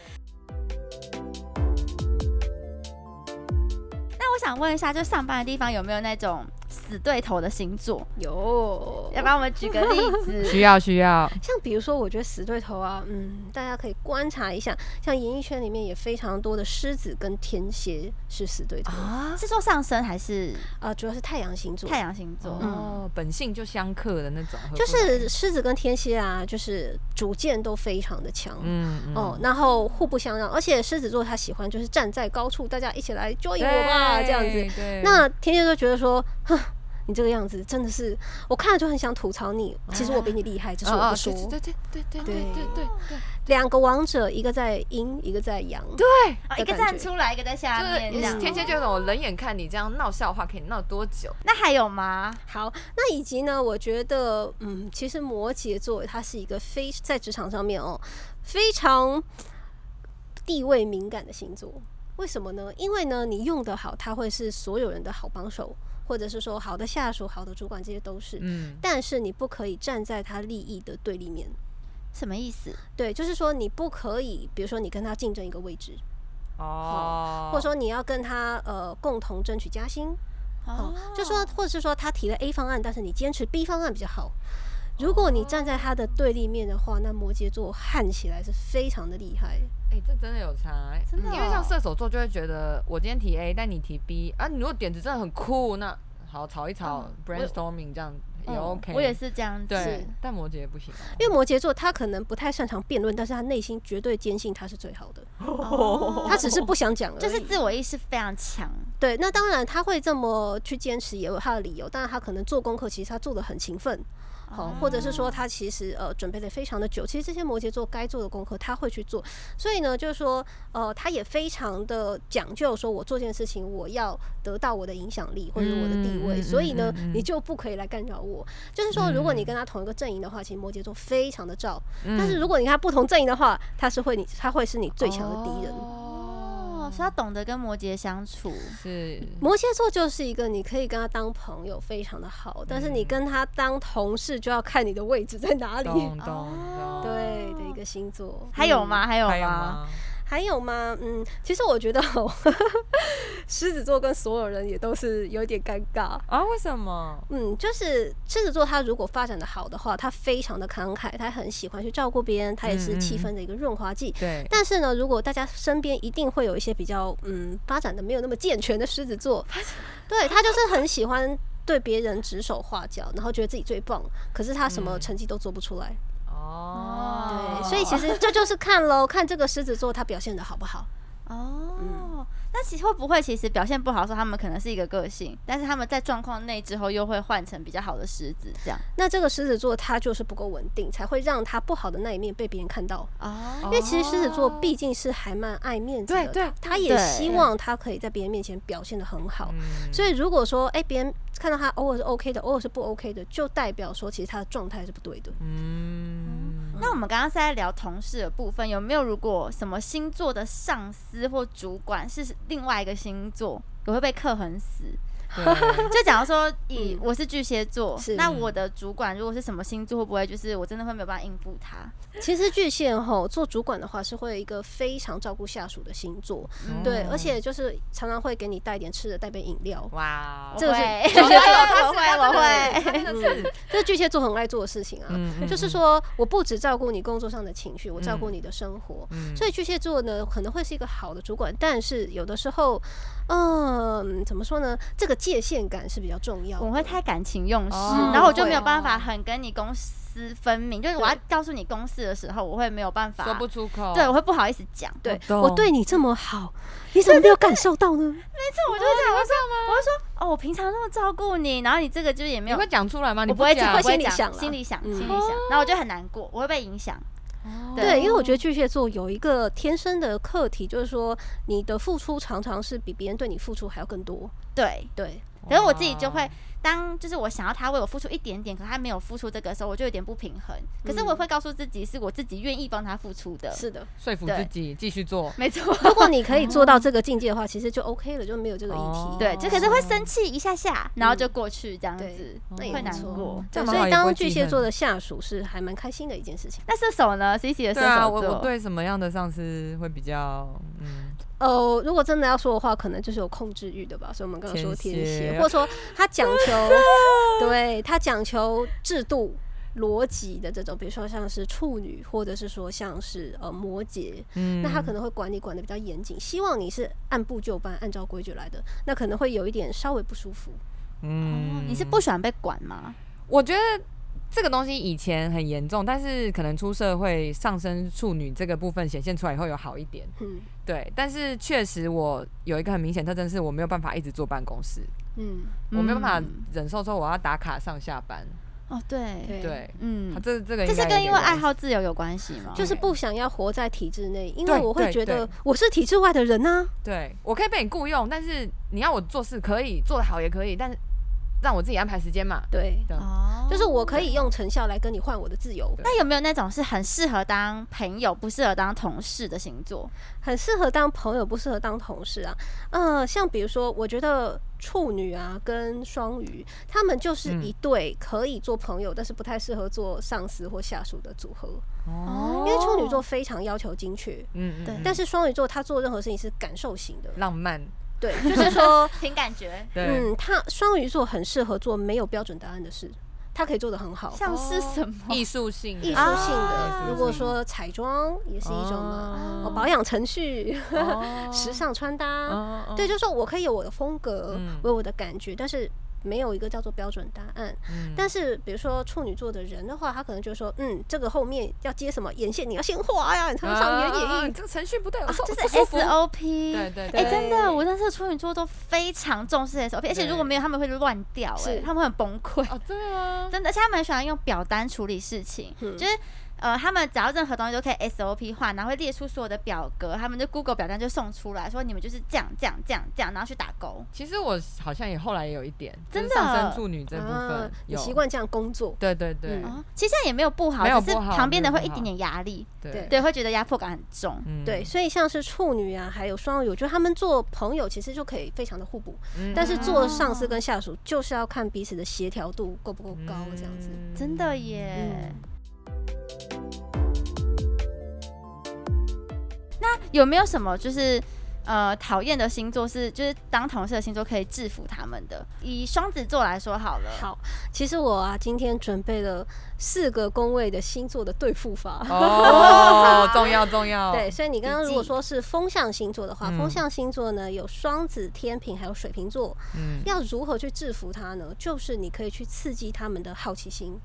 S2: 那我想问一下，就上班的地方有没有那种死对头的星座？
S3: 有
S2: 要不然我们举个例子。
S1: 需要需要，
S3: 像比如说，我觉得死对头啊，嗯，大家可以观察一下，像演艺圈里面也非常多的狮子跟天蝎是死对头啊、
S1: 啊
S2: 是说上升还是
S3: 呃主要是太阳星座。
S2: 太阳星座？
S1: 哦，本性就相克的那种，合不
S3: 就
S1: 来
S3: 是狮子跟天蝎啊，就是主见都非常的强。
S1: 嗯嗯
S3: 哦，然后互不相让，而且狮子座他喜欢就是站在高处，大家一起来 join
S1: 对
S3: 我吧，这样子。
S1: 对
S3: 那天蝎座觉得说，哼，你这个样子真的是，我看了就很想吐槽你。其实我比你厉害，只是我
S1: 哦
S3: 不
S1: 哦
S3: 说。
S1: 对对对对对
S3: 对
S1: 对对对。
S3: 两个王者，一个在阴，一个在阳。
S2: 哦，一个
S3: 的感
S2: 站
S3: 觉
S2: 出来，一个在下面，这
S1: 就
S2: 样
S1: 是。天
S3: 哦
S1: 蝎就有种我冷眼看你这样闹笑话，可以闹多久？
S2: 那还有吗？
S3: 好，那以及呢，我觉得，嗯，其实摩羯座他是一个非在职场上面哦，非常地位敏感的星座。为什么呢？因为呢，你用得好，他会是所有人的好帮手，或者是说好的下属、好的主管，这些都是。
S1: 嗯，
S3: 但是你不可以站在他利益的对立面，
S2: 什么意思？
S3: 对，就是说你不可以，比如说你跟他竞争一个位置，
S1: 哦，
S3: 或者说你要跟他呃共同争取加薪，哦，就说或者是说他提了 A 方案，但是你坚持 B 方案比较好。如果
S2: 哦
S3: 你站在他的对立面的话，那摩羯座焊起来是非常的厉害。
S1: 哎、这真的有差、欸，
S2: 真的
S1: 因为像
S2: 哦
S1: 射手座就会觉得我今天提 A，但你提 B 啊，你如果点子真的很酷，那好吵一吵、
S2: 嗯
S1: b r a i n s t o r m i n g 这样也
S2: 嗯
S1: OK、
S2: 我也是这样子。
S1: 对，但摩羯不行、哦，
S3: 因为摩羯座他可能不太擅长辩论，但是他内心绝对坚信他是最好的，
S2: 哦
S3: 他只是不想讲而已。
S2: 就是自我意识非常强。
S3: 对，那当然他会这么去坚持也有他的理由，但是他可能做功课，其实他做的很勤奋，好、
S2: 哦
S3: 或者是说他其实呃准备的非常的久，其实这些摩羯座该做的功课他会去做，所以呢，就是说呃他也非常的讲究，说我做这件事情我要得到我的影响力或者是我的地位，
S1: 嗯嗯
S3: 所以呢、
S1: 嗯嗯嗯嗯
S3: 你就不可以来干扰我。就是说，如果你跟他同一个阵营的话，其实摩羯座非常的照，但是如果你跟他不同阵营的话，他是会你他会是你最强的敌人。
S2: 哦
S1: 哦，嗯
S2: 所以要懂得跟摩羯相处。
S1: 是
S3: 摩羯座就是一个你可以跟他当朋友非常的好，但是你跟他当同事就要看你的位置在哪里，
S1: 懂懂懂，
S2: 哦
S3: 对的一个星座。
S2: 还有吗？还有
S1: 还有
S2: 吗？
S1: 吗？
S3: 嗯？还有吗？嗯，其实我觉得哦， 狮子座跟所有人也都是有一点尴尬。
S1: 啊？为什么？
S3: 嗯，就是狮子座，他如果发展的好的话，他非常的慷慨，他很喜欢去照顾别人，他也
S2: 嗯
S3: 是气氛的一个润滑剂。
S1: 对，
S3: 但是呢，如果大家身边一定会有一些比较嗯发展的没有那么健全的狮子座，对他就是很喜欢对别人指手画脚，然后觉得自己最棒，可是他什么
S1: 嗯
S3: 成绩都做不出来。
S1: 哦，
S3: 对，所以其实这就是看喽，看这个狮子座他表现的好不好。
S2: 哦，那其实会不会其实表现不好的时候，他们可能是一个个性，但是他们在状况内之后又会换成比较好的狮子这样。
S3: 那这个狮子座他就是不够稳定，才会让他不好的那一面被别人看到。因
S2: 哦
S3: 为其实狮子座毕竟是还蛮爱面子的，
S1: 对对
S3: 他他也
S2: 对
S3: 希望他可以在别人面前表现的很好。
S1: 嗯
S3: 所以如果说哎，别、人看到他偶尔是 OK 的，偶尔是不 OK 的，就代表说其实他的状态是不对的。
S1: 嗯，
S2: 那我们刚刚是在聊同事的部分，有没有如果什么星座的上司或主管是另外一个星座，也会被克很死？
S1: 对，
S2: 就假如说以
S3: 嗯
S2: 我是巨蟹座，
S3: 是
S2: 那我的主管如果是什么星座，会不会就是我真的会没有办法应付他？
S3: 其实巨蟹吼做主管的话是会有一个非常照顾下属的星座， 对，
S1: 哦
S3: 而且就是常常会给你带点吃的，带杯饮料。
S1: 哇，哦
S3: 这个是
S2: 我
S3: 巨蟹座
S2: 会我会，我
S1: 他
S2: 会。
S1: 真的是，
S3: 这是巨蟹座很爱做的事情啊，
S1: 嗯嗯
S3: 就是说我不只照顾你工作上的情绪，我照顾你的生活。
S1: 嗯
S3: 所以巨蟹座呢，可能会是一个好的主管，但是有的时候，嗯、怎么说呢？这个界限感是比较重要的。
S2: 我会太感情用事，
S1: 哦
S2: 然后我就
S3: 会
S2: 没有办
S1: 哦
S2: 法很跟你公私分明，就是我要告诉你公事的时候，我会没有办法，
S1: 说不出口，
S2: 对，我会不好意思讲。
S3: 对
S1: 我
S3: 我对你这么好，你怎么没有感受 到呢？
S2: 这我就会这样，我会说，我会说，哦，我平常那么照顾你，然后你这个就是也没
S1: 你
S2: 有
S1: 会，讲出来吗？你
S2: 我会
S1: 讲
S2: 讲，
S3: 会
S2: 我
S3: 心
S2: 会
S3: 里
S2: 讲，
S3: 想啦
S2: 心里想，
S3: 嗯
S2: 心里想，然后我就很难过，我会被影响。
S1: 哦
S3: 对，因为我觉得巨蟹座有一个天生的课题，就是说你的付出常常是比别人对你付出还要更多。
S2: 对，
S3: 对，
S2: 可是我自己就
S1: 哦
S2: 会，当就是我想要他为我付出一点点，可他没有付出这个时候，我就有点不平衡。可是我会告诉自己，是我自己愿意帮他付出的。
S3: 是的。哦
S1: 说服自
S2: 对
S1: 己继续做，
S2: 没错，
S3: 呃如果你可以做到这个境界的话，其实就 OK 了，就没有这个议
S1: 哦
S3: 题。
S2: 对，就可是会生气一下下，然后就过去这样子，
S3: 那也
S2: 会
S3: 不
S2: 难
S3: 错
S2: 过。
S1: 这样
S3: 对
S1: 蛮好
S3: 所以
S1: 也不
S3: 当
S1: 会
S3: 巨
S1: 记
S3: 蟹
S1: 恨
S3: 座的下属是还蛮开心的一件事情。
S2: 那射手呢？C C 的射
S1: 对啊，
S2: 手
S1: 我我
S2: 座，
S1: 对什么样的上司会比较嗯，
S3: 呃，如果真的要说的话，可能就是有控制欲的吧。所以我们刚刚说
S1: 天
S3: 天
S1: 蝎
S3: 蝎，或者说他讲求，对他讲求制度。逻辑的这种，比如说像是处女，或者是说像是呃摩羯，
S1: 嗯
S3: 那他可能会管你管的比较严谨，希望你是按部就班，按照规矩来的，那可能会有一点稍微不舒服。
S2: 哦
S1: 嗯
S2: 你是不喜欢被管吗？
S1: 我觉得这个东西以前很严重，但是可能出社会上升处女这个部分显现出来以后有好一点。
S3: 嗯
S1: 对，但是确实我有一个很明显特征是我没有办法一直坐办公室，
S3: 嗯，
S1: 我没有办法
S2: 嗯
S1: 忍受说我要打卡上下班。
S2: 哦，对，
S3: 对，
S1: 对，
S2: 嗯
S1: 啊、，这这个
S2: 这
S1: 应该
S2: 是
S1: 有
S2: 跟因
S1: 点
S2: 为
S1: 关
S2: 爱
S1: 系
S2: 好自由有关系吗？
S3: 就是不想要活在体制内，因为
S1: 对
S3: 我会
S1: 对
S3: 觉得
S1: 对
S3: 我是体制外的人啊呢、
S1: 对我可以被你雇佣，但是你要我做事可以做得好也可以，但是让我自己安排时间嘛。
S3: 对，
S2: 哦
S3: 就是我可以用成效来跟你换我的自由。
S2: 那有没有那种是很适合当朋友，不适合当同事的星 座？
S3: 很适合当朋友，不适合当同事啊。呃，像比如说，我觉得处女啊跟双鱼，他们就是
S1: 嗯
S3: 一对可以做朋友，但是不太适合做上司或下属的组合。
S2: 哦
S3: 因为处女座非常要求精确，
S1: 嗯，嗯
S2: 对
S1: 嗯
S3: 但是双鱼座他做任何事情是感受型的，
S1: 浪漫，
S3: 对， 就是说，
S2: 凭感觉，
S1: 对，
S3: 嗯，他双鱼座很适合做没有标准答案的事，他可以做得很好。
S2: 像是什么？
S1: 艺术性的，
S3: 艺术
S2: 啊
S3: 性的，
S2: 啊
S3: 如果说彩妆也是一种
S1: 哦
S3: 嘛，哦保养程序、
S1: 哦
S3: 时尚穿搭，
S1: 哦哦
S3: 对，就是说我可以有我的风格，
S1: 嗯
S3: 我有我的感觉，但是没有一个叫做标准答案。
S1: 嗯
S3: 但是比如说处女座的人的话，他可能就说，嗯，这个后面要接什么眼线，你要先画呀，你才能上
S1: 啊
S3: 眼
S1: 啊啊
S3: 影。
S1: 这个程序不对，我
S2: 啊
S1: 说
S2: 就是
S1: 不舒服
S2: S O P，
S1: 对对
S2: 哎、
S1: 对
S2: 真的，我认识的处女座都非常重视 SOP，而且如果没有，他们会乱掉、哎
S3: 是，
S2: 他们会很崩溃，
S1: 哦，对啊，
S2: 真的。而且他们很喜欢用表单处理事情，
S3: 嗯
S2: 就是呃，他们只要任何东西都可以 SOP 化，然后会列出所有的表格，他们的 Google 表单就送出来说你们就是这样这样这样这样，然后去打勾。
S1: 其实我好像也后来也有一点，就是
S2: 真的
S1: 上升处女这部分
S3: 啊，你
S1: 有
S3: 习，惯这样工作，
S1: 对对对
S3: 嗯
S2: 哦，其实这样也没有不好，
S1: 没有
S2: 只是
S1: 不好
S2: 旁边的
S1: 没有
S2: 会一
S1: 不好
S2: 点点压力，
S1: 对
S2: 对，会觉得压迫感很重。
S1: 嗯
S3: 对，，所以像是处女啊，还有双鱼，我觉得他们做朋友其实就可以非常的互补，
S1: 嗯
S3: 但是做上司
S2: 哦
S3: 跟下属就是要看彼此的协调度够不够高，这样子。，
S1: 嗯
S2: 真的耶。那有没有什么就是呃讨厌的星座是就是当同事的星座可以制服他们的？以双子座来说好了，
S3: 好，其实我啊今天准备了四个宫位的星座的对 付法。
S1: 哦，重要重要，
S3: 对，，所以你刚刚
S2: 笔
S3: 如果
S2: 记
S3: 说是风象星座的话，
S1: 嗯
S3: 风象星座呢有双子、天平还有水瓶座，
S1: 嗯，
S3: 要如何去制服它呢？就是你可以去刺激他们的好奇心，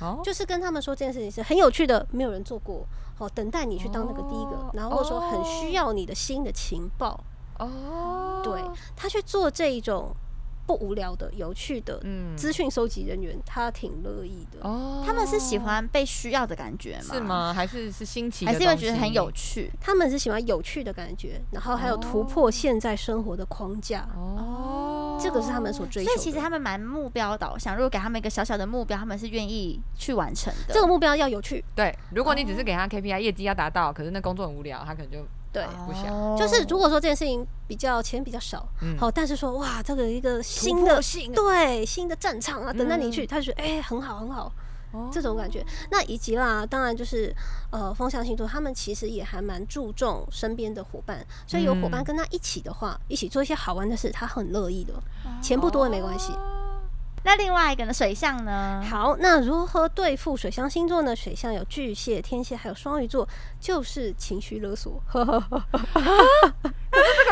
S1: 哦，
S3: 就是跟他们说这件事情是很有趣的，没有人做过，哦，等待你去当那个第一个
S1: 哦，
S3: 然后说很
S1: 哦
S3: 需要你的新的情报，
S1: 哦，
S3: 对他去做这一种不无聊的、有趣的
S1: 嗯
S3: 资讯收集人员，他挺乐意的。
S1: 哦，
S2: 他们是喜欢被需要的感觉吗？
S1: 是？吗？还是是新奇的
S2: 还
S1: 东
S2: 是
S1: 西？
S2: 因为觉得很有趣？
S3: 他们是喜欢有趣的感觉，然后还有突破现在生活的框架，
S1: 哦，
S3: 这个是他们所追求
S2: 所
S3: 的。
S2: 以其实他们蛮目标导向，如果给他们一个小小的目标，他们是愿意去完成的。
S3: 这个目标要有趣，
S1: 对。如果你只是给
S3: 哦
S1: 他 KPI 业绩要达到，可是那工作很无聊，他可能就
S3: 对。
S1: 不想
S3: 就是如果说这件事情比较钱比较少，
S1: 哦嗯
S3: 好、但是说哇，这个一个新
S1: 突破
S3: 的
S1: 性
S3: 对新的战场啊，等待你去，
S1: 嗯
S3: 他就觉得哎、很好很好
S1: 哦
S3: 这种感觉。那以及啦，当然就是呃风象星座，他们其实也还蛮注重身边的伙伴，所以有伙伴
S1: 嗯
S3: 跟他一起的话，一起做一些好玩的事，他很乐意的，
S1: 哦
S3: 钱不多也没关系。
S2: 那另外一个呢，水象呢？
S3: 好，那如何对付水象星座呢？水象有巨蟹、天蝎，还有双鱼座，就是情绪勒索。
S1: 这个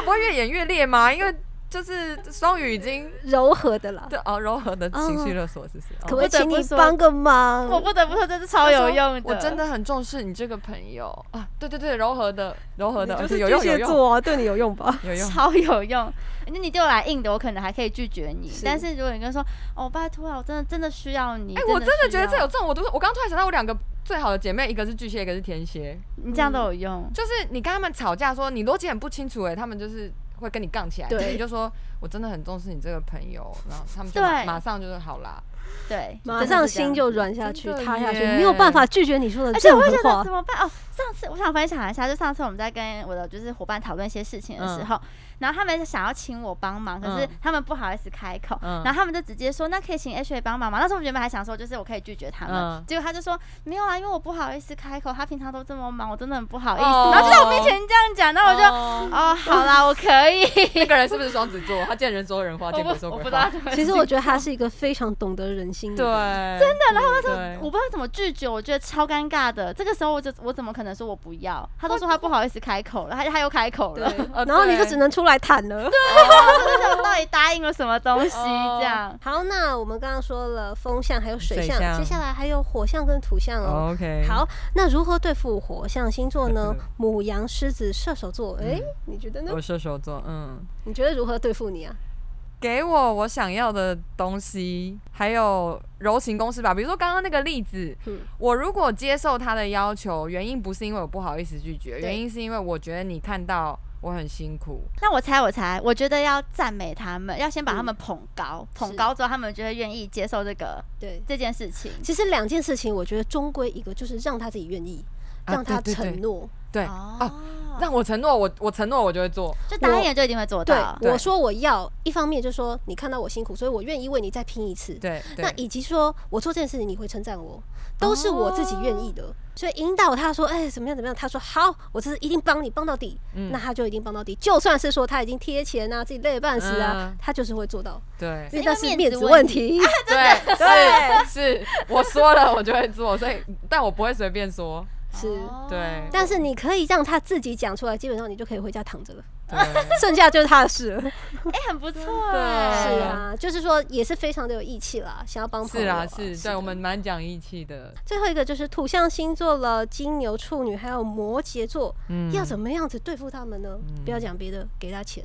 S1: 不会越演越烈吗？因为就是双语已经
S3: 柔和的啦。
S1: 对哦，柔和的情绪勒索，是不是？哦
S3: 可不可以
S2: 不得
S3: 请
S2: 不
S3: 你
S2: 说
S3: 帮个忙？
S2: 我不得不说，这是超有用的。
S1: 我真的很重视你这个朋友啊！对对对，柔和的，柔和的，
S3: 你
S1: 而
S3: 就是
S1: 且有
S3: 巨
S1: 用有
S3: 蟹
S1: 用
S3: 座啊，对你有用 吧？
S1: 有用。
S2: 超有用。那你对我来硬的，我可能还可以拒绝你。
S3: 是
S2: 但是如果你跟我说，哦，拜托了，我真的真的需要你。
S1: 哎，我真的觉得
S2: 需
S1: 这
S2: 要
S1: 有这种，我都我刚刚突然想到，我两个最好的姐妹，一个是巨蟹，一个是天蝎。
S2: 你这样都有用。
S1: 就是你跟他们吵架说你逻辑很不清楚哎、他们就是会跟你杠起来，
S3: 对
S1: 就是你就说我真的很重视你这个朋友，然后他们就
S2: 对
S1: 马马上就是好啦，
S2: 对，
S3: 马
S2: 真的
S3: 上
S2: 是这样
S3: 心就软下去，
S1: 真的
S3: 塌下去，
S1: 耶
S3: 没有办法拒绝你说的
S2: 而且
S3: 任
S2: 我会
S3: 何
S2: 觉得
S3: 话
S2: 怎。么办哦？上次我想分享一下，就上次我们在跟我的就是伙伴讨论一些事情的时候，然后他们想要请我帮忙，可是
S1: 嗯
S2: 他们不好意思开口，
S1: 嗯
S2: 然后他们就直接说那可以请 H A 帮忙吗？那时候我原本还想说就是我可以拒绝他们，
S1: 嗯
S2: 结果他就说没有啊，因为我不好意思开口，他平常都这么忙，我真的很不好意思。
S1: 哦
S2: 然后就在我面前这样讲，那我就哦
S1: 哦
S2: 好啦，我可以。
S1: 那个人是不是双子座？他见人说人话，
S2: 我
S1: 见
S2: 不
S1: 鬼说
S2: 我不
S1: 鬼
S2: 知道
S1: 话。
S2: 怎么，
S3: 其实我觉 得他是一个非常懂得人心的
S1: 对，
S3: 人。
S1: 真的。然后他说
S2: 我不知道怎么拒绝，我觉得超尴尬的。这个时候我就我怎么可能说我不要？他都说他不好意思开口了，他他又开口了。
S1: 呃
S3: 然后你就
S1: 对
S3: 只能出来坦了。
S2: 我想到底答应了什么东西
S1: 哦
S2: 这样。
S3: 好，那我们刚刚说了风象还有水
S1: 水
S3: 象，
S1: 象
S3: 接下来还有火象跟土象哦。
S1: OK
S3: 好，那如何对付火象星座 呢？母羊、狮子、射手座，诶，你觉得呢
S1: 嗯我？射手座，嗯，
S3: 你觉得如何对付你啊？
S1: 给我我想要的东西，还有柔情公式吧。比如说刚刚那个例子，
S3: 嗯
S1: 我如果接受他的要求，原因不是因为我不好意思拒绝，
S3: 对
S1: 原因是因为我觉得你看到我很辛苦，
S2: 那我猜，我猜，我觉得要赞美他们，要先把他们捧
S1: 嗯
S2: 高，捧高之后，他们就会愿意接受这个
S3: 对，
S2: 这件事情。
S3: 其实两件事情，我觉得终归一个就是让他自己愿意，
S1: 啊
S3: 让他
S1: 对对对
S3: 承诺。
S1: 对，
S2: 哦，
S1: 让我承诺，我我承诺我就会做。
S2: 就答应了就一定会做
S3: 对
S2: 到，。
S1: 对
S3: 我说我要，一方面就说你看到我辛苦，所以我愿意为你再拼一次。
S1: 对，对
S3: 那以及说我做这件事情你会称赞我，都是我自己愿意的。所以引导他说，哎，怎么样怎么样？他说好，我这次一定帮你帮到底，
S1: 嗯
S3: 那他就一定帮到底。就算是说他已经贴钱啊，自己累得半死啊，
S1: 嗯
S3: 他就是会做到，
S1: 对
S3: 因为
S2: 因为
S3: 那是
S2: 面
S3: 面
S2: 子
S3: 子
S2: 问
S3: 问题。
S1: 对对是，我说了我就会做，所以但我不会随便说。
S3: 是
S2: 哦
S1: 对
S3: 但是你可以让他自己讲出来，基本上你就可以回家躺着了，
S1: 对，
S3: 剩下就是他的事了。
S2: 哎，很不错
S1: 的
S2: 哎。
S3: 是啊，就是说也是非常的有义气啦，想要帮朋
S1: 是
S3: 友、
S1: 啦
S3: 啊。
S1: 是，对
S3: 的
S1: 我们蛮讲义气的。
S3: 最后一个就是土象星座了，金牛、处女还有摩羯座，
S1: 嗯
S3: 要怎么样子对付他们呢？
S1: 嗯
S3: 不要讲别的，给他钱，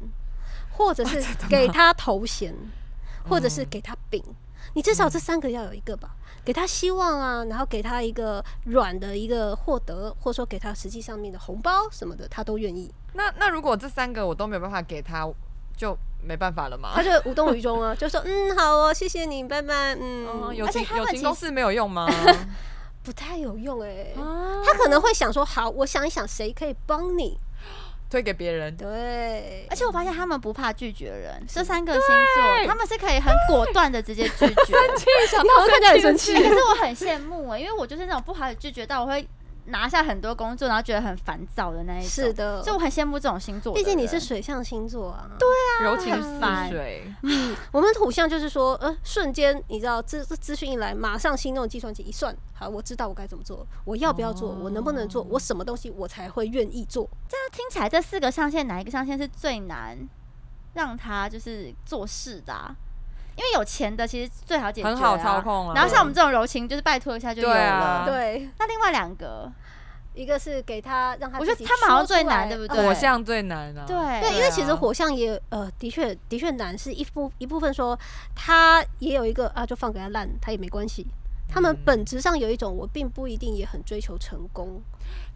S3: 或者是给他头衔，
S1: 嗯
S3: 或者是给他饼。你至少这三个要有一个吧，给他希望啊，然后给他一个软的一个获得，或者说给他实际上面的红包什么的，他都愿意，
S1: 那那如果这三个我都没有办法给他，就没办法了嘛
S3: 他。就无动 于衷啊，就说嗯好哦，谢谢你，拜拜，嗯
S1: 嗯，，友
S2: 而且
S1: 情
S2: 他们
S1: 友
S2: 其
S1: 情
S2: 实
S1: 公式没有用 吗？
S3: 不太有用哎、
S1: 啊
S3: 他可能会想说，好，我想一想谁可以帮你。
S1: 推给别人。
S3: 对，
S2: 而且我发现他们不怕拒绝人，这三个星座他们是可以很果断的直接 拒绝。
S1: 想
S3: 你好像看起来很生
S1: 气
S3: 气
S2: 哎欸可是我很羡慕哎、因为我就是那种不好意思拒绝到我会拿下很多工作，然后觉得很烦躁的那一种。
S3: 是，的，
S2: 所以我很羡慕这种星座的
S3: 毕
S2: 人。
S3: 竟你是水象星座啊。对，
S1: 柔情
S2: 很
S1: 似
S2: 烦
S1: 水，
S3: 我们土象就是说，呃，瞬间你知道资资讯一来，马上心动计算机一算，好，我知道我该怎么做，我要不要做，
S2: 哦
S3: 我能不能做，我什么东西我才会愿意做。
S2: 那听起来这四个象限哪一个象限是最难让他就是做事的、啊？因为有钱的其实最好解决、啊，
S1: 很好操控啊。
S2: 然后像我们这种柔情，就是拜托一下就有
S1: 对
S2: 了。
S1: 啊
S3: 对，
S2: 那另外两个，
S3: 一个是给他让他
S2: 我
S3: 自
S2: 觉
S3: 己
S2: 得他
S3: 说出来，嗯
S2: 们好像最难，对不对？
S1: 火象最难啊，
S2: 对，
S3: 对，因为其
S1: 对
S3: 实
S1: 啊
S3: 火象也呃，的确的确难，是一部一部分说他也有一个啊，就放给他烂，他也没关系。他们
S1: 嗯
S3: 本质上有一种，我并不一定也很追求成功，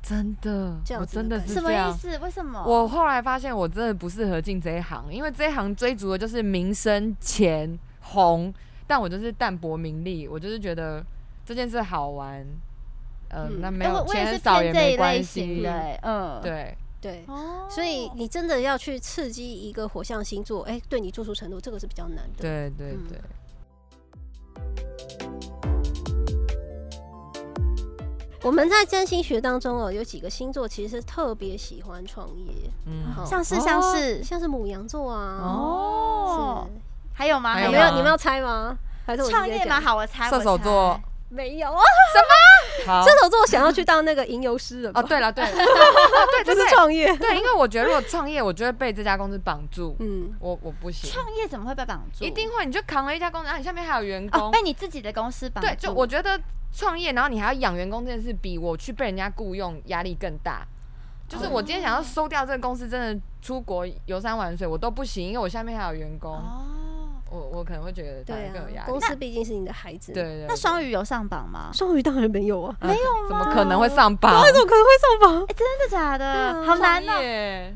S1: 真的
S3: 这，样
S1: 我
S3: 子
S1: 真
S3: 的
S1: 的
S3: 感
S1: 是
S2: 什
S1: 这
S2: 么意
S1: 样。
S2: 思？啊为什么？
S1: 我后来发现我真的不适合进这一行，因为这一行追逐的就是名声、钱、红，但我就是淡泊名利，我就是觉得这件事好玩，嗯、
S3: 嗯
S1: 那没
S2: 哎
S1: 有
S2: 我我也
S1: 钱
S2: 是
S1: 少也
S2: 偏这
S1: 没
S2: 一类
S1: 关
S2: 型
S1: 系
S2: 的、，欸，嗯，，
S1: 对，
S3: 对。
S2: 哦，
S3: 所以你真的要去刺激一个火象星座，哎、对你做出承诺，这个是比较难的。
S1: 对对
S3: 嗯
S1: 对。
S3: 我们在占星学当中哦，有几个星座其实是特别喜欢创业，
S1: 嗯，
S3: 好
S2: 像是像是
S3: 像是母羊座啊，
S2: 哦，还有吗？
S1: 还
S3: 是
S1: 有
S3: 你
S1: 吗
S3: 们要你们要猜吗？还是我直接
S2: 创业
S3: 讲
S2: 吗？？好，我猜
S1: 射手座，
S3: 没有啊，
S1: 好
S3: 射手座想要去当那个吟游诗人吧
S1: 哦，，对了 对对
S3: 这
S1: 对
S3: 是
S1: 对
S3: 创业。
S1: 对，因为我觉得如果创业，我就会被这家公司绑住，
S3: 嗯，
S1: 我我不行，
S2: 创业怎么会被绑住？
S1: 一定会，你就扛了一家公司，啊然后你下面还有员
S2: 哦，
S1: 工，
S2: 被你自己的公司绑住。
S1: 对，就我觉得创业，然后你还要养员工这件事，比我去被人家雇佣压力更大。就是我今天
S3: 哦
S1: 想要收掉这个公司，真的出国游山玩水我都不行，因为我下面还有员工，
S2: 哦，
S1: 我我可能会觉得大
S3: 对
S1: 家更有压
S3: 啊，
S1: 力。
S3: 公司毕竟是你的孩子。
S1: 对，对对，
S2: 那双鱼有上榜吗？
S3: 双鱼当然没有 啊，
S1: 没有怎么可能会上榜？
S3: 怎么可能会 上榜？
S2: 哎，真的假的？
S3: 嗯
S2: 好难哦。
S1: 哦！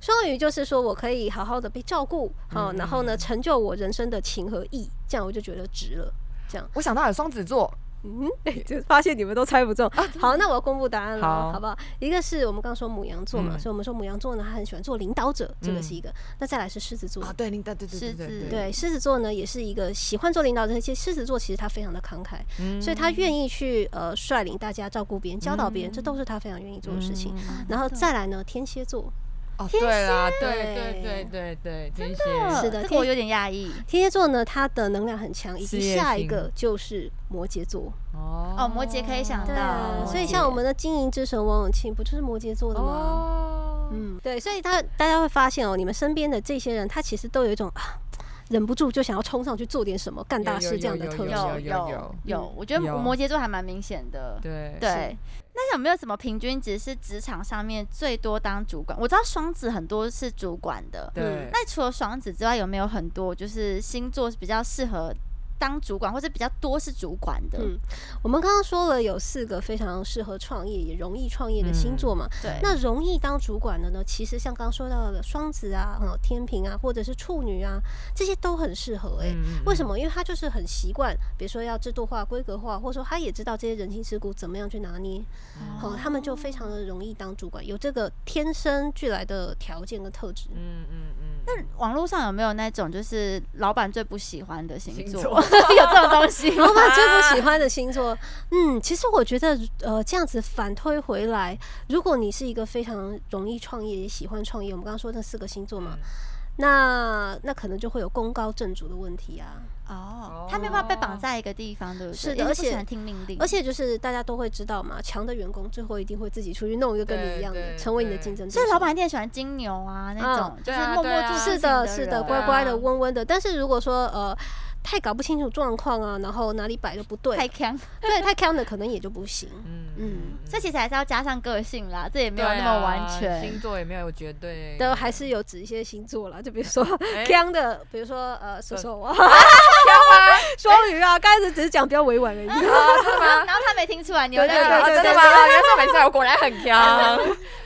S3: 双鱼就是说我可以好好的被照顾，好、
S1: 嗯
S3: 然后呢，成就我人生的情和义，这样我就觉得值了。这样，
S1: 我想到有双子座，
S3: 嗯， 哎就发现你们都猜不中。
S1: 啊
S3: 好，那我要公布答案了，
S1: 好
S3: 好不好？一个是我们刚刚说母羊座嘛，
S1: 嗯
S3: 所以我们说母羊座呢，他很喜欢做领导者，这个
S1: 嗯
S3: 是一个。那再来是狮子座，
S1: 啊，对，你对对对对
S2: 狮子
S3: 对，狮子座呢也是一个喜欢做领导者，而且狮子座其实他非常的慷慨，
S1: 对，
S3: 所以他愿意去呃率领大家、照顾别人、教导别
S1: 嗯
S3: 人，这都是他非常愿意做
S1: 做
S3: 的事情。
S2: 嗯
S3: 然后再来呢，天蝎座，
S1: 哦，对啦，对
S3: 对
S1: 对对对对，天蝎
S3: 是
S2: 这
S3: 的
S2: 个
S3: 天
S2: 我有点讶异。
S3: 天蝎座呢，他的能量很强，以
S1: 事业
S3: 及下一
S1: 心
S3: 个就是摩羯座。
S1: 哦
S2: 哦摩羯可以想
S3: 对啊
S2: 到，
S3: 所以
S2: 摩羯
S3: 像我们的经营之神王永庆，不就是摩羯座的吗？
S1: 哦，
S3: 嗯，对，所以他大家会发现哦，你们身边的这些人，他其实都有一种啊，忍不住就想要冲上去做点什么、干大
S1: 有有
S3: 事这样
S1: 有
S3: 的
S1: 有
S3: 特质。
S1: 有
S2: 有
S1: 有
S2: 有有，我觉得
S1: 有
S2: 摩羯座还蛮明显的。
S1: 对
S2: 对，那有没有什么平均值是职场上面最多当主管？我知道双子很多是主管的，
S1: 对，
S2: 那除了双子之外，有没有很多就是星座是比较适合当主管，或者比较多是主管的？
S3: 嗯我们刚刚说了有四个非常适合创业也容易创业的星座嘛，
S1: 嗯
S2: 对，
S3: 那容易当主管的呢，其实像刚刚说到的双子啊、哦天平啊，或者是处女啊，这些都很适合哎、
S1: 嗯
S3: 为什？么？因为他就是很习惯，比如说要制度化、规格化，或者说他也知道这些人情世故怎么样去拿捏，
S1: 哦
S3: 好、他们就非常的容易当主管，有这个天生俱来的条件跟特质。
S1: 嗯嗯嗯，那
S2: 网络上有没有那种就是老板最不喜欢的星座？
S1: 星座
S2: 有这种东西吗？
S3: 老板最不喜欢的星座，嗯，其实我觉得，呃，这样子反推回来，如果你是一个非常容易创业、也喜欢创业，我们刚刚说那四个星座嘛，那那可能就会有功高震主的问题啊。
S2: 哦，他没有办法被绑在一个地方，对不对？
S3: 是的
S2: 因为不
S3: 而
S2: 喜
S3: 且
S2: 欢听命令，
S3: 而且就是大家都会知道嘛，强的员工最后一定会自己出去弄一个跟你一样
S1: 对
S3: 的，
S1: 对
S3: 成为你的竞争对手。
S2: 所以老板一定很喜欢金牛啊那种，就
S1: 对
S2: 是
S1: 啊
S2: 默
S1: 对
S2: 默
S1: 啊
S2: 做事
S3: 是
S2: 情
S3: 的，
S2: 的
S3: 是
S2: 人
S3: 的，
S2: 啊
S3: 乖乖的、温温的。但是如果说呃太搞不清楚状况啊，然后哪里摆的不对，
S2: 太强，
S3: 对太 c 的可能也就不行。
S1: 嗯啊
S3: 嗯
S2: 这其实还是要加上个性啦，这也没有那么完全
S1: 星。座也没有绝对，
S3: 都还是有指一些星座啦，就比如说
S1: 哎
S3: 强的，比如说呃射
S1: 射
S3: 手啊、 双鱼啊，刚开始只是讲比较委婉而 已。
S2: 然后他没听出来，你又在
S3: 对
S2: 那
S1: 啊
S2: 里
S1: 真的吗？原来没事，我果然很 强。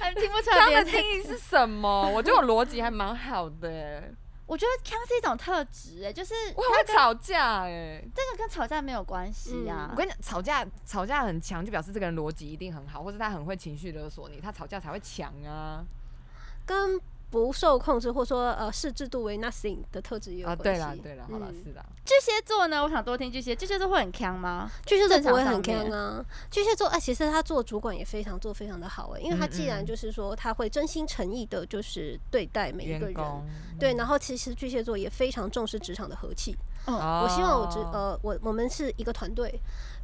S2: 很听不出来
S1: 刚
S2: 别
S1: 的
S2: 人在。
S1: 定义是什么？我觉得我逻辑还蛮好的，欸
S2: 我觉得强是一种特质，哎，就是
S1: 我很会吵架哎。
S2: 这个跟吵架没有关系啊
S1: 我。跟你讲，吵架吵架很强，就表示这个人逻辑一定很好，或者他很会情绪勒索你，他吵架才会强啊。
S3: 跟不受控制，或说呃视制度为 nothing 的特质也有
S1: 啊，
S3: 关
S1: 对
S3: 系。
S1: 啦对啦，好了
S3: 嗯
S1: 是啦，
S2: 巨蟹座呢，我想多听巨蟹，巨蟹座会很强吗？
S3: 巨蟹座不会很
S2: 正常上
S3: can 啊，巨蟹座哎、其实他做主管也非常做非常的好哎、因为他
S1: 嗯
S3: 既然
S1: 嗯
S3: 就是说他会真心诚意的，就是对待每一个
S1: 员
S3: 人。
S1: 工
S3: 对，，然后其实巨蟹座也非常重视职场的和气。
S1: 哦
S3: 我希望我职呃，我我们是一个团队，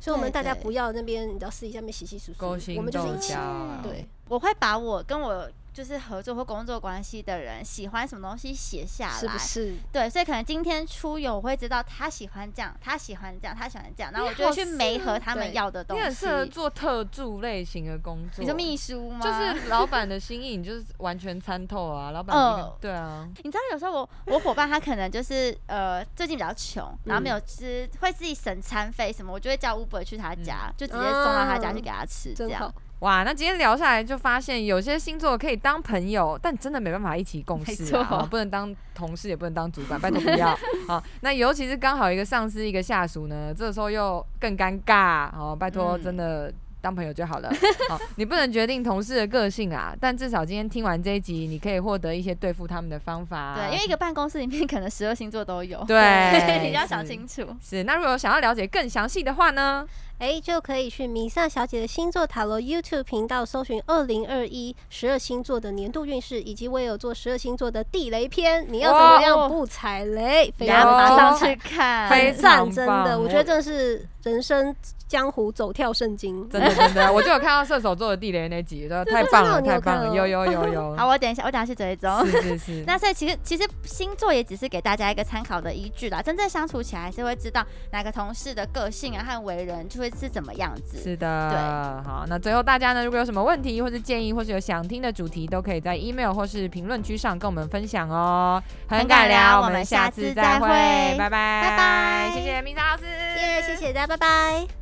S3: 所以我们
S2: 对
S3: 大家
S2: 对
S3: 不要那边你知道私底下面洗洗簌
S1: 勾
S3: 簌，
S1: 心
S3: 我们就是
S1: 斗
S3: 一起
S1: 角啊，
S3: 对。
S2: 我会把我跟我就是合作或工作关系的人喜欢什么东西写下来，
S3: 是不是？
S2: 对，所以可能今天出游，我会知道他喜欢这样，他喜欢这样，他喜欢这样，然后我就会去媒合他们
S3: 对
S2: 要的东
S1: 你
S2: 西。
S1: 很适合做特助类型的工作，
S2: 你说秘书 吗？
S1: 就是老板的心意，你就是完全参透啊，老板
S2: 嗯
S1: 一定对啊，
S2: 你知道有时候我我伙伴他可能就是呃最近比较穷，然后没有
S1: 嗯
S2: 吃，会自己省餐费什么，我就会叫 Uber 去他家，就直接送到他家去给他
S1: 啊
S2: 吃，这
S3: 真
S2: 样
S3: 好。
S1: 哇，那今天聊下来就发现，有些星座可以当朋友，但真的没办法一起共事
S2: 没
S1: 啊，
S2: 错
S1: 啊不能当同事，也不能当主管，拜托不要啊。那尤其是刚好一个上司一个下属呢，这时候又更尴尬哦，拜托
S2: 嗯
S1: 真的。当朋友就好了，好，你不能决定同事的个性啊，但至少今天听完这一集，你可以获得一些对付他们的方法啊、
S2: 对，因为一个办公室里面可能十二星座都有，
S1: 对
S2: 你要想
S1: 是
S2: 清楚。
S1: 是，那如果想要了解更详细的话呢，
S3: 哎，就可以去米萨小姐的星座塔罗 YouTube 频道搜寻二零二一十二星座的年度运势，以及我也有做十二星座的地雷篇，你要怎么
S2: 哇哦
S3: 样不踩雷？非
S2: 大家
S1: 有
S2: 马
S3: 常
S2: 上
S3: 棒
S2: 去看，
S1: 非
S3: 很赞，
S1: 常
S3: 真的，
S1: 棒哎
S3: 我觉得真的是人生江湖走跳圣经。
S1: 真的真的，我就有看到射手座的地雷那集，说太棒了，
S3: 真的哦你有
S1: 太棒
S3: 看
S1: 了，
S3: 哦
S1: 有有有有，
S2: 好，我等一下，我等一下去追踪。
S1: 是是 是，
S2: 那所以其实其实星座也只是给大家一个参考的依据啦，真正相处起来还是会知道哪个同事的个性啊和为人就会是怎么样子。
S1: 是的，好，那最后大家呢，如果有什么问题或是建议，或是有想听的主题，都可以在 email 或是评论区上跟我们分享哦。很
S2: 很
S1: 敢
S2: 敢
S1: 聊，
S2: 聊
S1: 我
S2: 我
S1: 们
S2: 们
S1: 下
S2: 下
S1: 次
S2: 次
S1: 再
S2: 再
S1: 会，
S2: 会
S1: 拜拜，
S2: 拜拜
S1: 谢谢明章老师，
S3: 耶，谢谢大家，拜拜。